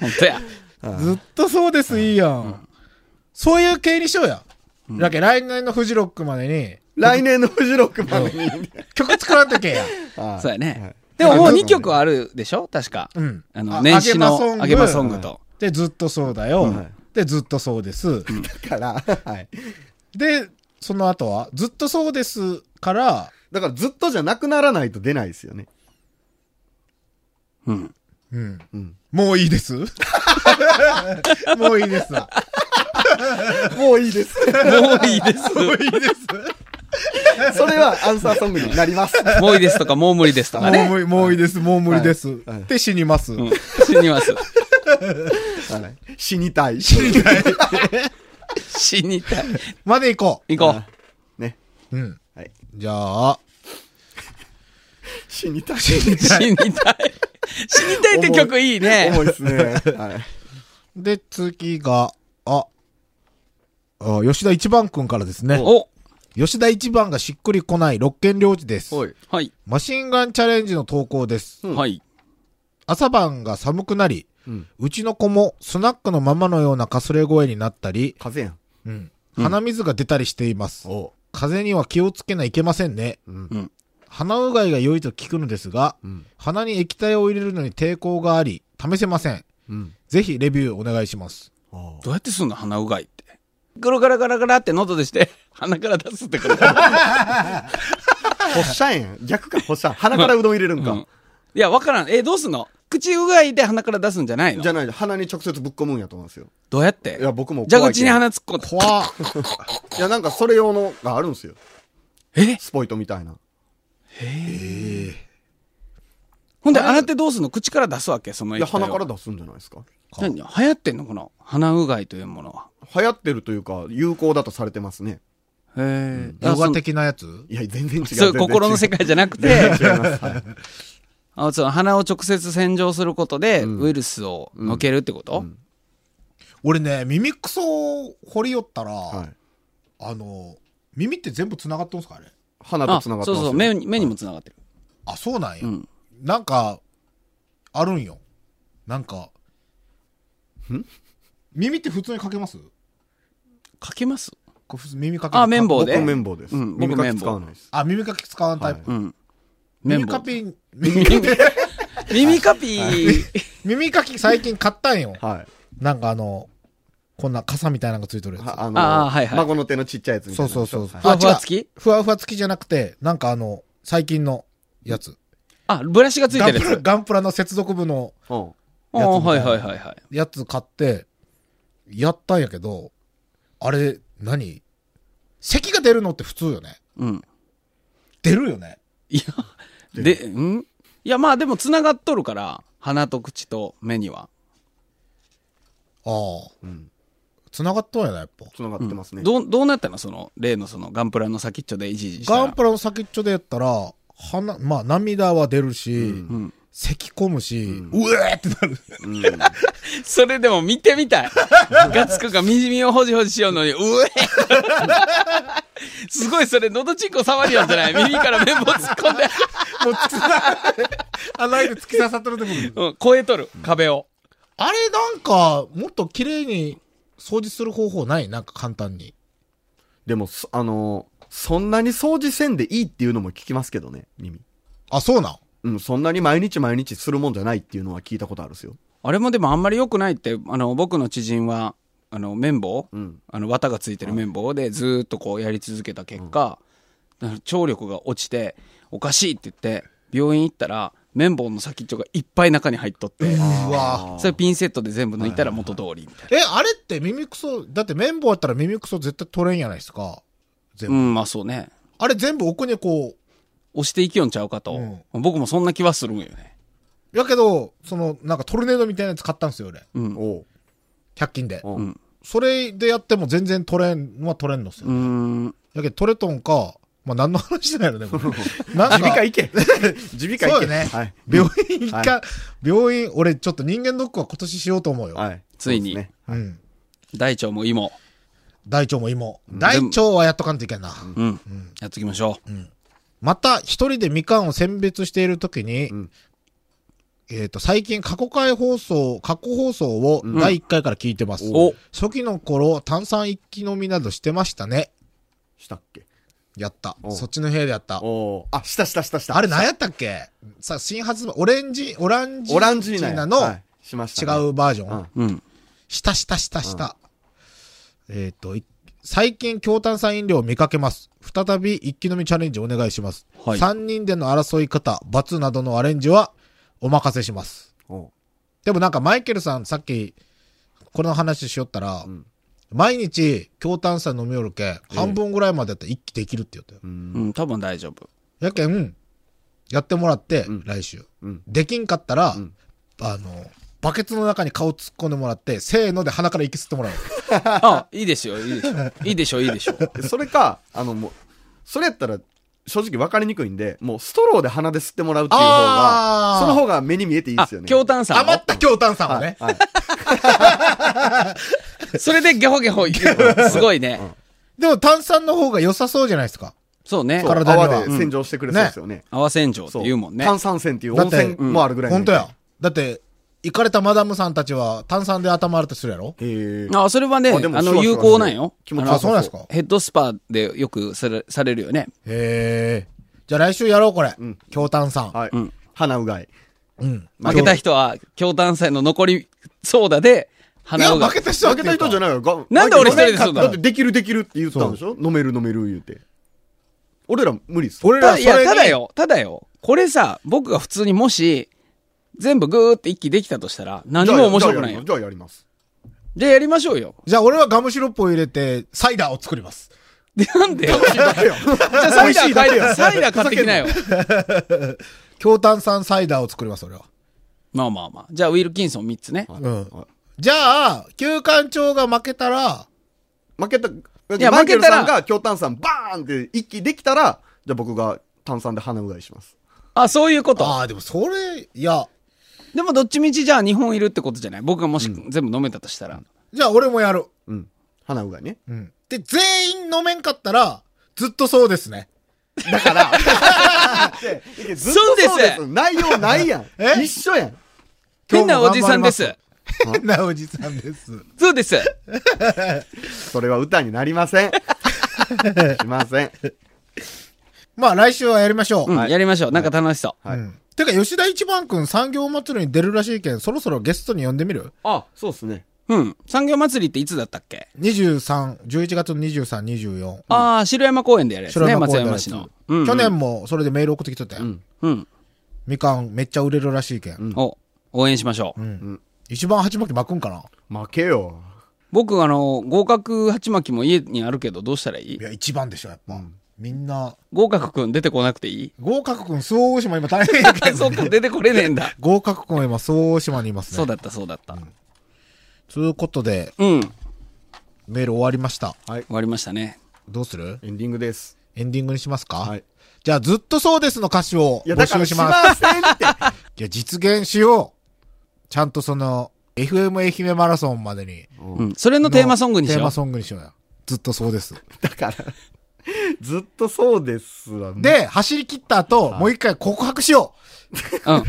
Speaker 3: 本当や。
Speaker 2: ずっとそうです、いいやん。そういう系にしようや。だけど来年のフジロックまでに、
Speaker 4: 来年のフジロックまでに。
Speaker 2: 曲作らんとけ (laughs) や。
Speaker 4: ああ
Speaker 3: そうやね。で
Speaker 4: はい
Speaker 3: ももう2曲あるでしょ確か。
Speaker 2: うん。
Speaker 3: あの、年始の
Speaker 2: あ
Speaker 3: あ
Speaker 2: げ
Speaker 3: げ
Speaker 2: ま
Speaker 3: ま
Speaker 2: ソ
Speaker 3: ソ
Speaker 2: ン
Speaker 3: ン
Speaker 2: グ
Speaker 3: グと。
Speaker 2: で、ずっとそうだよ
Speaker 4: はい。
Speaker 2: で、ずっとそうです。
Speaker 4: から、はい。
Speaker 2: で、その後は、ずっとそうですから、
Speaker 4: だからずっとじゃなくならないと出ないですよね。
Speaker 3: うん。
Speaker 2: うん
Speaker 4: うん。
Speaker 2: もういいです (laughs) もういいですわ。
Speaker 4: もういい (laughs) です。
Speaker 3: (laughs) もういいです。
Speaker 2: もういいです。
Speaker 4: それはアンサーソングになります。
Speaker 3: もういいですとか、もう無理ですとかね。
Speaker 2: もうもういいです。もう無理です
Speaker 4: はいはい。
Speaker 2: で、死にます。
Speaker 3: うん。死にます。
Speaker 4: はい死にたい。死にたい。
Speaker 3: 死にたい。
Speaker 2: まで行こ
Speaker 3: 行こ
Speaker 4: ね。
Speaker 2: う。うん。
Speaker 4: はい。
Speaker 2: じゃあ、
Speaker 4: 死にたい。
Speaker 3: う。死にたい。死にたいって曲いいね。
Speaker 4: 重いですね。 (laughs) はい。
Speaker 2: で、次が、あ、あ吉田一番くんからですね。
Speaker 3: お
Speaker 2: 吉田一番がしっくりこない六軒領地です。
Speaker 4: おい。
Speaker 3: はい。
Speaker 2: マシンガンチャレンジの投稿です。
Speaker 3: はい。
Speaker 2: 朝晩が寒くなり、
Speaker 4: うん。
Speaker 2: うちの子もスナックのままのようなかすれ声になったり、
Speaker 4: 風邪
Speaker 2: うん、鼻水が出たりしています。
Speaker 4: やん。お
Speaker 2: 風邪には気をつけないけませんね。
Speaker 4: うん
Speaker 3: うん
Speaker 2: 鼻うがいが良いと聞くのですが、
Speaker 4: うん。
Speaker 2: 鼻に液体を入れるのに抵抗があり、試せません。
Speaker 4: うん。
Speaker 2: ぜひレビューお願いします。
Speaker 4: あ
Speaker 3: どうやってすんの鼻うがいって。ガラガラガラガラって喉でして、 (laughs) 鼻から出すって (laughs) こと。
Speaker 4: あ。ほっしゃやん。逆か、ほっしゃ。鼻からうどん入れるん
Speaker 3: う
Speaker 4: か
Speaker 3: ん。いや、わからん。え、どうすんの口うがいで鼻から出すんじゃないの
Speaker 4: じゃない、鼻に直接ぶっ込むんやと思うんですよ。
Speaker 3: どうやって
Speaker 4: いや、僕も。
Speaker 3: 蛇口に鼻。突っ込んで。
Speaker 2: 怖っ。
Speaker 4: いや、なんかそれ用のがあるんですよ。
Speaker 3: え
Speaker 4: スポイトみたいな。
Speaker 3: ほんで、洗ってどうすんの口から出すわけその
Speaker 4: い
Speaker 3: 液
Speaker 4: や、
Speaker 3: 体を
Speaker 4: 鼻から出すんじゃないですか。
Speaker 3: 何流行ってんのこの鼻うがいというものは。
Speaker 4: 流行ってるというか、有効だとされてますね。
Speaker 3: へえ。
Speaker 2: ヨガ的なやつ
Speaker 4: いや、全然違う。 (laughs)
Speaker 3: そういう心の世界じゃなくて、
Speaker 4: 界。違います。はい
Speaker 3: あその鼻を直接洗浄することで、ウイルスをのけるってこと、
Speaker 2: 俺ね、耳くそを掘り寄ったら、
Speaker 4: はい。
Speaker 2: あの、耳って全部繋がってますかあれ。
Speaker 4: 鼻と
Speaker 3: あ
Speaker 4: つ
Speaker 3: そ
Speaker 4: なが
Speaker 3: う
Speaker 4: ってますよ
Speaker 3: そう目に目にもつながってる、
Speaker 2: あ、そうなんや。
Speaker 3: ん
Speaker 2: なんか、あるんよ。なんか、耳って普通にかけます
Speaker 3: かけます
Speaker 2: こう普通耳かけ
Speaker 3: あ綿棒で
Speaker 4: 僕綿棒です。
Speaker 3: うん
Speaker 4: 耳か
Speaker 3: 僕
Speaker 4: き
Speaker 3: 綿棒
Speaker 4: 使わないです。
Speaker 2: あ、耳かき使わんタイプ。
Speaker 3: うん
Speaker 2: 耳か
Speaker 3: 綿棒
Speaker 2: き、耳かき、
Speaker 3: 耳かぴー、
Speaker 2: 耳かき最近買ったんよ。
Speaker 4: はい。
Speaker 2: なんかあの、こんな傘みたいなのがついてるやつ。
Speaker 4: はあ
Speaker 3: あーはい
Speaker 4: の、
Speaker 3: はい
Speaker 4: 孫の手のちっちゃいやつみ
Speaker 2: そ
Speaker 4: たいうな。
Speaker 2: そうそう。
Speaker 4: はい
Speaker 3: ふわふ
Speaker 2: あ
Speaker 3: わ
Speaker 2: 違う
Speaker 3: 付き
Speaker 2: ふわふわ付きじゃなくて、なんかあの、最近のやつ。
Speaker 3: (laughs) あブラシがつい
Speaker 2: ガ
Speaker 3: て
Speaker 2: ン
Speaker 3: る
Speaker 2: プ
Speaker 3: や
Speaker 2: ラ、
Speaker 3: つ
Speaker 2: ガンプラの接続部の
Speaker 4: うん。
Speaker 3: ああはいはいはいはい
Speaker 2: やつ買って、やったんやけど、あれ、何咳が出るのって普通よね。
Speaker 3: うん
Speaker 2: 出るよね。
Speaker 3: いやでうんいやまあでもつながっとるから鼻と口と目には
Speaker 2: ああ。繋がっとんやな、やっぱ。
Speaker 4: つながってますね。
Speaker 3: どうどうなったのその例のそのガンプラの先っちょでいじいじしたら
Speaker 2: ガンプラの先っちょでやったら、鼻、まあ涙は出るし、
Speaker 3: ん
Speaker 2: 咳込むし、うえーってなる。
Speaker 3: それでも見て
Speaker 2: (laughs)
Speaker 3: みたいガツくがみじみをほじほじしようのにうえすごいそれのどちんこ触りよんじゃない耳から綿棒突っ込んで、
Speaker 2: もうつな、穴に突き刺さってるところ
Speaker 3: うん、超えとる壁を
Speaker 2: あれなんか、もっと綺麗に掃除する方法ないなんか簡単に。
Speaker 4: (laughs) でも、そあのー、そんなに掃除せんでいいっていうのも聞きますけどね、耳。
Speaker 2: あ、そうなん
Speaker 4: うん、そんなに毎日毎日するもんじゃないっていうのは聞いたことあるんですよ。
Speaker 3: あれもでもあんまり良くないって、あの、僕の知人は、あの、綿棒、
Speaker 4: うん。
Speaker 3: あの、綿がついてる綿棒でずーっとこうやり続けた結果、あの聴力が落ちて、おかしいって言って、病院行ったら、綿棒の先っちょがいっぱい中に入っとって、
Speaker 2: うわ。
Speaker 3: それピンセットで全部抜いたら元通りみたいな。
Speaker 2: え、あれって耳くそ、だって綿棒やったら耳くそ絶対取れんやないですか。全
Speaker 3: う
Speaker 2: 部。
Speaker 3: ん、まあそうね。
Speaker 2: あれ全部奥にこ
Speaker 3: 押していきよんちゃうかと。
Speaker 2: う
Speaker 3: 僕もそんな気はするんよね。
Speaker 2: う、やけど、その、なんかトルネードみたいなやつ買ったんですよ、俺。
Speaker 3: うん。
Speaker 4: おう。
Speaker 2: 100均で。
Speaker 4: おう
Speaker 3: うん。
Speaker 2: それでやっても全然取れんのは取れんのっすよ。
Speaker 3: うーん。
Speaker 2: やけど取れとんか、まあ、何の話だよね、これ
Speaker 4: (laughs)
Speaker 2: なん
Speaker 4: 耳鼻
Speaker 2: か
Speaker 4: 科、行け耳鼻科
Speaker 2: そうよ
Speaker 4: 行け
Speaker 2: ね
Speaker 4: はい。
Speaker 2: 病院一
Speaker 4: はい
Speaker 2: 回、病院、俺ちょっと人間ドックは今年しようと思うよ。
Speaker 4: はい。
Speaker 3: ついに
Speaker 4: そうですね
Speaker 2: うん。
Speaker 3: 大腸も胃も。
Speaker 2: 大腸も胃も。大腸はやっとかんといけんな。
Speaker 3: うん。やっときましょう。
Speaker 2: また、一人でみかんを選別しているときに、
Speaker 4: ん
Speaker 2: えっ、と、最近過去回放送、過去放送を第1回から聞いてます。
Speaker 3: お
Speaker 2: 初期の頃、炭酸一気飲みなどしてましたね。
Speaker 4: したっけ
Speaker 2: やった。
Speaker 4: お
Speaker 2: そっちの部屋でやった。
Speaker 4: おうあ、したしたしたした。
Speaker 2: あれ何やったっけさ、新発売、オレンジ、オランジ
Speaker 4: オランジーナや
Speaker 2: ナの
Speaker 4: はいしましたね。
Speaker 2: 違うバージョン。
Speaker 4: うん
Speaker 3: うん。
Speaker 2: したしたしたした。えっ、と、い最近、強炭酸飲料を見かけます。再び、一気飲みチャレンジお願いします。
Speaker 3: はい
Speaker 2: 3人での争い方、罰などのアレンジは、お任せします。
Speaker 4: おう。
Speaker 2: でもなんか、マイケルさん、さっき、この話しよったら、
Speaker 4: ん
Speaker 2: 毎日、強炭酸飲みよるけ、半分ぐらいまでやったら一気できるって言ったよ。
Speaker 4: うん。
Speaker 3: うん、多分大丈夫。
Speaker 2: やけん、やってもらって、
Speaker 4: ん
Speaker 2: 来週。
Speaker 4: うん
Speaker 2: できんかったら、
Speaker 4: ん
Speaker 2: あの、バケツの中に顔突っ込んでもらって、せーので鼻から息吸ってもらう。
Speaker 3: あ、いいですよ、いいでしょ。いいでしょ、いいでしょ。
Speaker 4: それか、あの、もう、それやったら、正直分かりにくいんで、もうストローで鼻で吸ってもらうっていう方
Speaker 2: あ
Speaker 4: が、
Speaker 2: ー
Speaker 4: その方が目に見えていいで
Speaker 3: あ
Speaker 4: すよ、ね。
Speaker 3: 強炭酸を
Speaker 2: 余った強炭酸をね。
Speaker 4: はい。
Speaker 3: それでゲホゲホ言う。すごいね。
Speaker 2: でも炭酸の方が良さそうじゃないですか。
Speaker 3: そうね
Speaker 4: そう。
Speaker 2: 体には
Speaker 4: 泡で洗浄してくれそうですよね。
Speaker 3: 泡洗浄って
Speaker 4: そう。
Speaker 3: 言うもんね。
Speaker 4: 炭酸泉っていう
Speaker 2: だ
Speaker 4: 温
Speaker 2: って
Speaker 4: 泉もあるぐらいの
Speaker 2: 本当や。。だって、行かれたマダムさんたちは炭酸で頭洗ってするやろ
Speaker 4: へえ。
Speaker 3: あ、それはね、あ
Speaker 4: あでも
Speaker 3: の、有効なんよ。
Speaker 4: 気持ち
Speaker 2: あ、
Speaker 4: よ
Speaker 2: そうなんですか
Speaker 3: ヘッドスパでよくされされるよね。
Speaker 2: へえ。じゃあ来週やろう、これ
Speaker 4: ん。
Speaker 2: 強炭酸。
Speaker 4: はい。鼻うがい。
Speaker 2: うん。
Speaker 3: 負けた人は、強炭酸の残りソーダで、
Speaker 2: いや、
Speaker 3: 鼻をが
Speaker 2: 負。けた人
Speaker 4: 負けた人じゃ
Speaker 2: ない
Speaker 4: ないよ。が
Speaker 3: なんで俺一人です
Speaker 4: だ
Speaker 3: る
Speaker 4: っ
Speaker 3: ん
Speaker 4: て
Speaker 3: だ
Speaker 4: だってできるできるって言ったんでしょ飲める飲める言うて。俺ら無理っす。
Speaker 2: 俺ら
Speaker 3: た
Speaker 2: そ
Speaker 3: い
Speaker 2: れ
Speaker 3: や、
Speaker 2: に
Speaker 3: ただ。よ、ただよ。これさ、僕が普通にもし、全部グーって一気できたとしたら、何も面白くないよ
Speaker 4: じ。ゃあやります。
Speaker 3: じゃあやりましょうよ。
Speaker 2: じゃあ俺はガムシロップを入れて、サイダーを作ります。
Speaker 3: で、なんでよ。
Speaker 4: じゃあやります
Speaker 3: じゃあサイダー買えサイダー買ってきなよ。
Speaker 2: 強炭酸サイダーを作ります、俺は。
Speaker 3: まあまあまあ。じゃあ、ウィルキンソン3つね。
Speaker 2: うん
Speaker 4: はい。
Speaker 2: じゃあ、休館長が負けたら、
Speaker 4: 負けた、い
Speaker 3: や
Speaker 4: や、マイケルさん
Speaker 3: 負けた
Speaker 4: が強炭酸バーンって一気できたら、じゃあ僕が炭酸で鼻うがいします。
Speaker 3: あ、そういうこと。
Speaker 2: ああ、でもそれ、いや、
Speaker 3: でもどっちみちじゃあ日本いるってことじゃない僕がもし全部飲めたとしたら。
Speaker 2: じゃあ俺もやる。
Speaker 4: うん。鼻うがいね。
Speaker 2: うん。で、全員飲めんかったら、ずっとそうですね。 (laughs)
Speaker 4: だから。ずっと
Speaker 3: そうです
Speaker 4: 内容ない (laughs) やん
Speaker 2: え。
Speaker 4: 一緒やん。
Speaker 3: 変なおじさんです。
Speaker 2: 変なおじさんです。
Speaker 3: そうです。
Speaker 4: それは歌になりま (laughs) せん。しません。
Speaker 2: まあ来週はやりましょう。
Speaker 3: うん、やりましょう。なんか楽しそう。
Speaker 4: はい
Speaker 2: うんてか、吉田一番くん産業祭りに出るらしいけん、そろそろゲストに呼んでみる
Speaker 4: あ、そうっすね。
Speaker 3: うん。産業祭りっていつだったっけ
Speaker 2: ?23、11月の23、24。
Speaker 3: ああ、城山公園でやるやつね。松山市の。うんうん
Speaker 2: 去年もそれでメール送ってきとったよ、
Speaker 4: うん。
Speaker 3: うん。
Speaker 2: みかんめっちゃ売れるらしいけん。
Speaker 4: ん
Speaker 3: お、応援しましょう。
Speaker 2: 一番鉢巻き巻くんかな
Speaker 4: 負けよ。
Speaker 3: 僕、あの、合格鉢巻きも家にあるけど、どうしたらいい
Speaker 2: いや、一番でしょ、やっぱ。みんな、
Speaker 3: 合格くん出てこなくていい
Speaker 2: 合格くん、周防大島今大変やけ
Speaker 3: (laughs) あ、 (laughs)
Speaker 2: ん、
Speaker 3: そっか、出てこれねえんだ。
Speaker 2: 合格くんは今、周防大島にいますね。
Speaker 3: (laughs) そうだった、そうだった。
Speaker 2: ということで、
Speaker 3: うん。終
Speaker 2: メール終わりました。
Speaker 3: わりましたね。
Speaker 2: どうする
Speaker 4: エンディングです。
Speaker 2: エンディングにしますか
Speaker 4: はい。
Speaker 2: じゃあ、ずっとそうですの歌詞を
Speaker 4: いや、
Speaker 2: 募
Speaker 4: だか
Speaker 2: 集
Speaker 4: ら
Speaker 2: し
Speaker 4: し
Speaker 2: ま。
Speaker 4: ますせん (laughs) って。
Speaker 2: いや、実現しよう。ちゃんとその、FM 愛媛マラソンまでに。
Speaker 3: うん。それのテーマソングにし
Speaker 2: テー
Speaker 3: よ
Speaker 2: マ
Speaker 3: う。
Speaker 2: ソングにしようよ。ずっとそうです。
Speaker 4: だから、ずっとそうですわ。、
Speaker 2: で、走り切った後、もう一回告白しよ
Speaker 3: う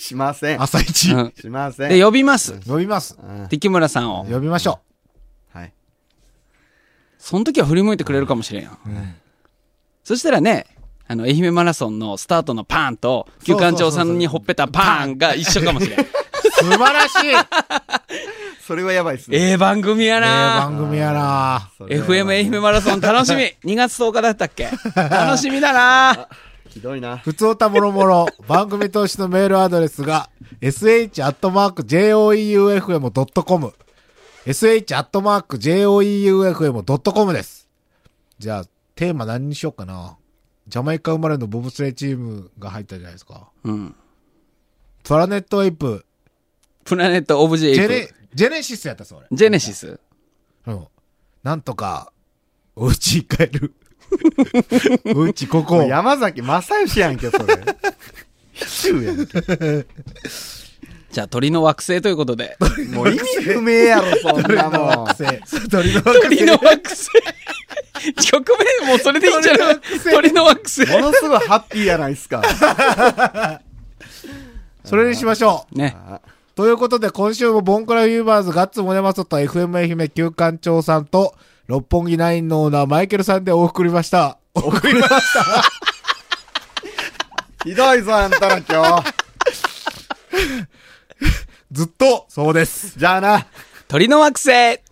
Speaker 4: しません
Speaker 2: う。。朝一。
Speaker 3: ん。 (laughs) うん。
Speaker 4: しません。
Speaker 3: で、呼びます。
Speaker 2: 呼びます。
Speaker 4: うん
Speaker 3: 敵村さんを。
Speaker 2: 呼びましょ
Speaker 4: はい。
Speaker 3: その時は振り向いてくれるかもしれんよ。そしたらね、あの、愛媛マラソンのスタートのパーンと、旧館長さんにほっぺたパーンが一緒かもし (laughs) れん。
Speaker 2: う。素晴らしいえ
Speaker 4: それはやばいっすね。
Speaker 3: ええ番組や
Speaker 2: え番
Speaker 3: な
Speaker 2: 組やな
Speaker 4: それはや
Speaker 3: FM
Speaker 4: ばい
Speaker 3: 愛媛マラソン楽し (laughs) み !2 月10日だったっけ楽しみだな
Speaker 4: ひどいな。
Speaker 2: ふつおたもろもろ、番組投資のメールアドレスが、sh.joeufm.com。sh.joeufm.com です。じゃあ、テーマ何にしようかな。ジャマイカ生まれのボブスレーチームが入ったじゃないですか。
Speaker 3: うん。
Speaker 2: プラネットエイプ、
Speaker 3: プラネットオブジェイ
Speaker 2: ジェ
Speaker 3: プ
Speaker 2: ネ、ジェネシスやったそれ。
Speaker 3: ジェネシス。
Speaker 2: うん。なんとか、お家に帰
Speaker 3: (laughs)
Speaker 2: る。お家ここ。
Speaker 4: 山崎正義やんけ、そ (laughs) れ。シ州やんけ。
Speaker 3: じゃあ鳥の惑星ということで。
Speaker 4: もう意味不明やろ、そんなもん。
Speaker 2: 鳥の
Speaker 3: 鳥の惑星 (laughs) 曲名もうそれでいいんじゃない鳥の惑星
Speaker 4: ものすごいハッピーやないっすか。
Speaker 2: それにしましょう。
Speaker 3: ね。
Speaker 2: ということで、今週もボンクラユーバーズガッツムネマソと FM 愛媛旧館長さんと、六本木ナインのオーナーマイケルさんでお送りました。送りました。
Speaker 4: ひどいぞ、あんたら今日。
Speaker 2: ずっと、そうです。
Speaker 4: じゃあな。
Speaker 3: 鳥の惑星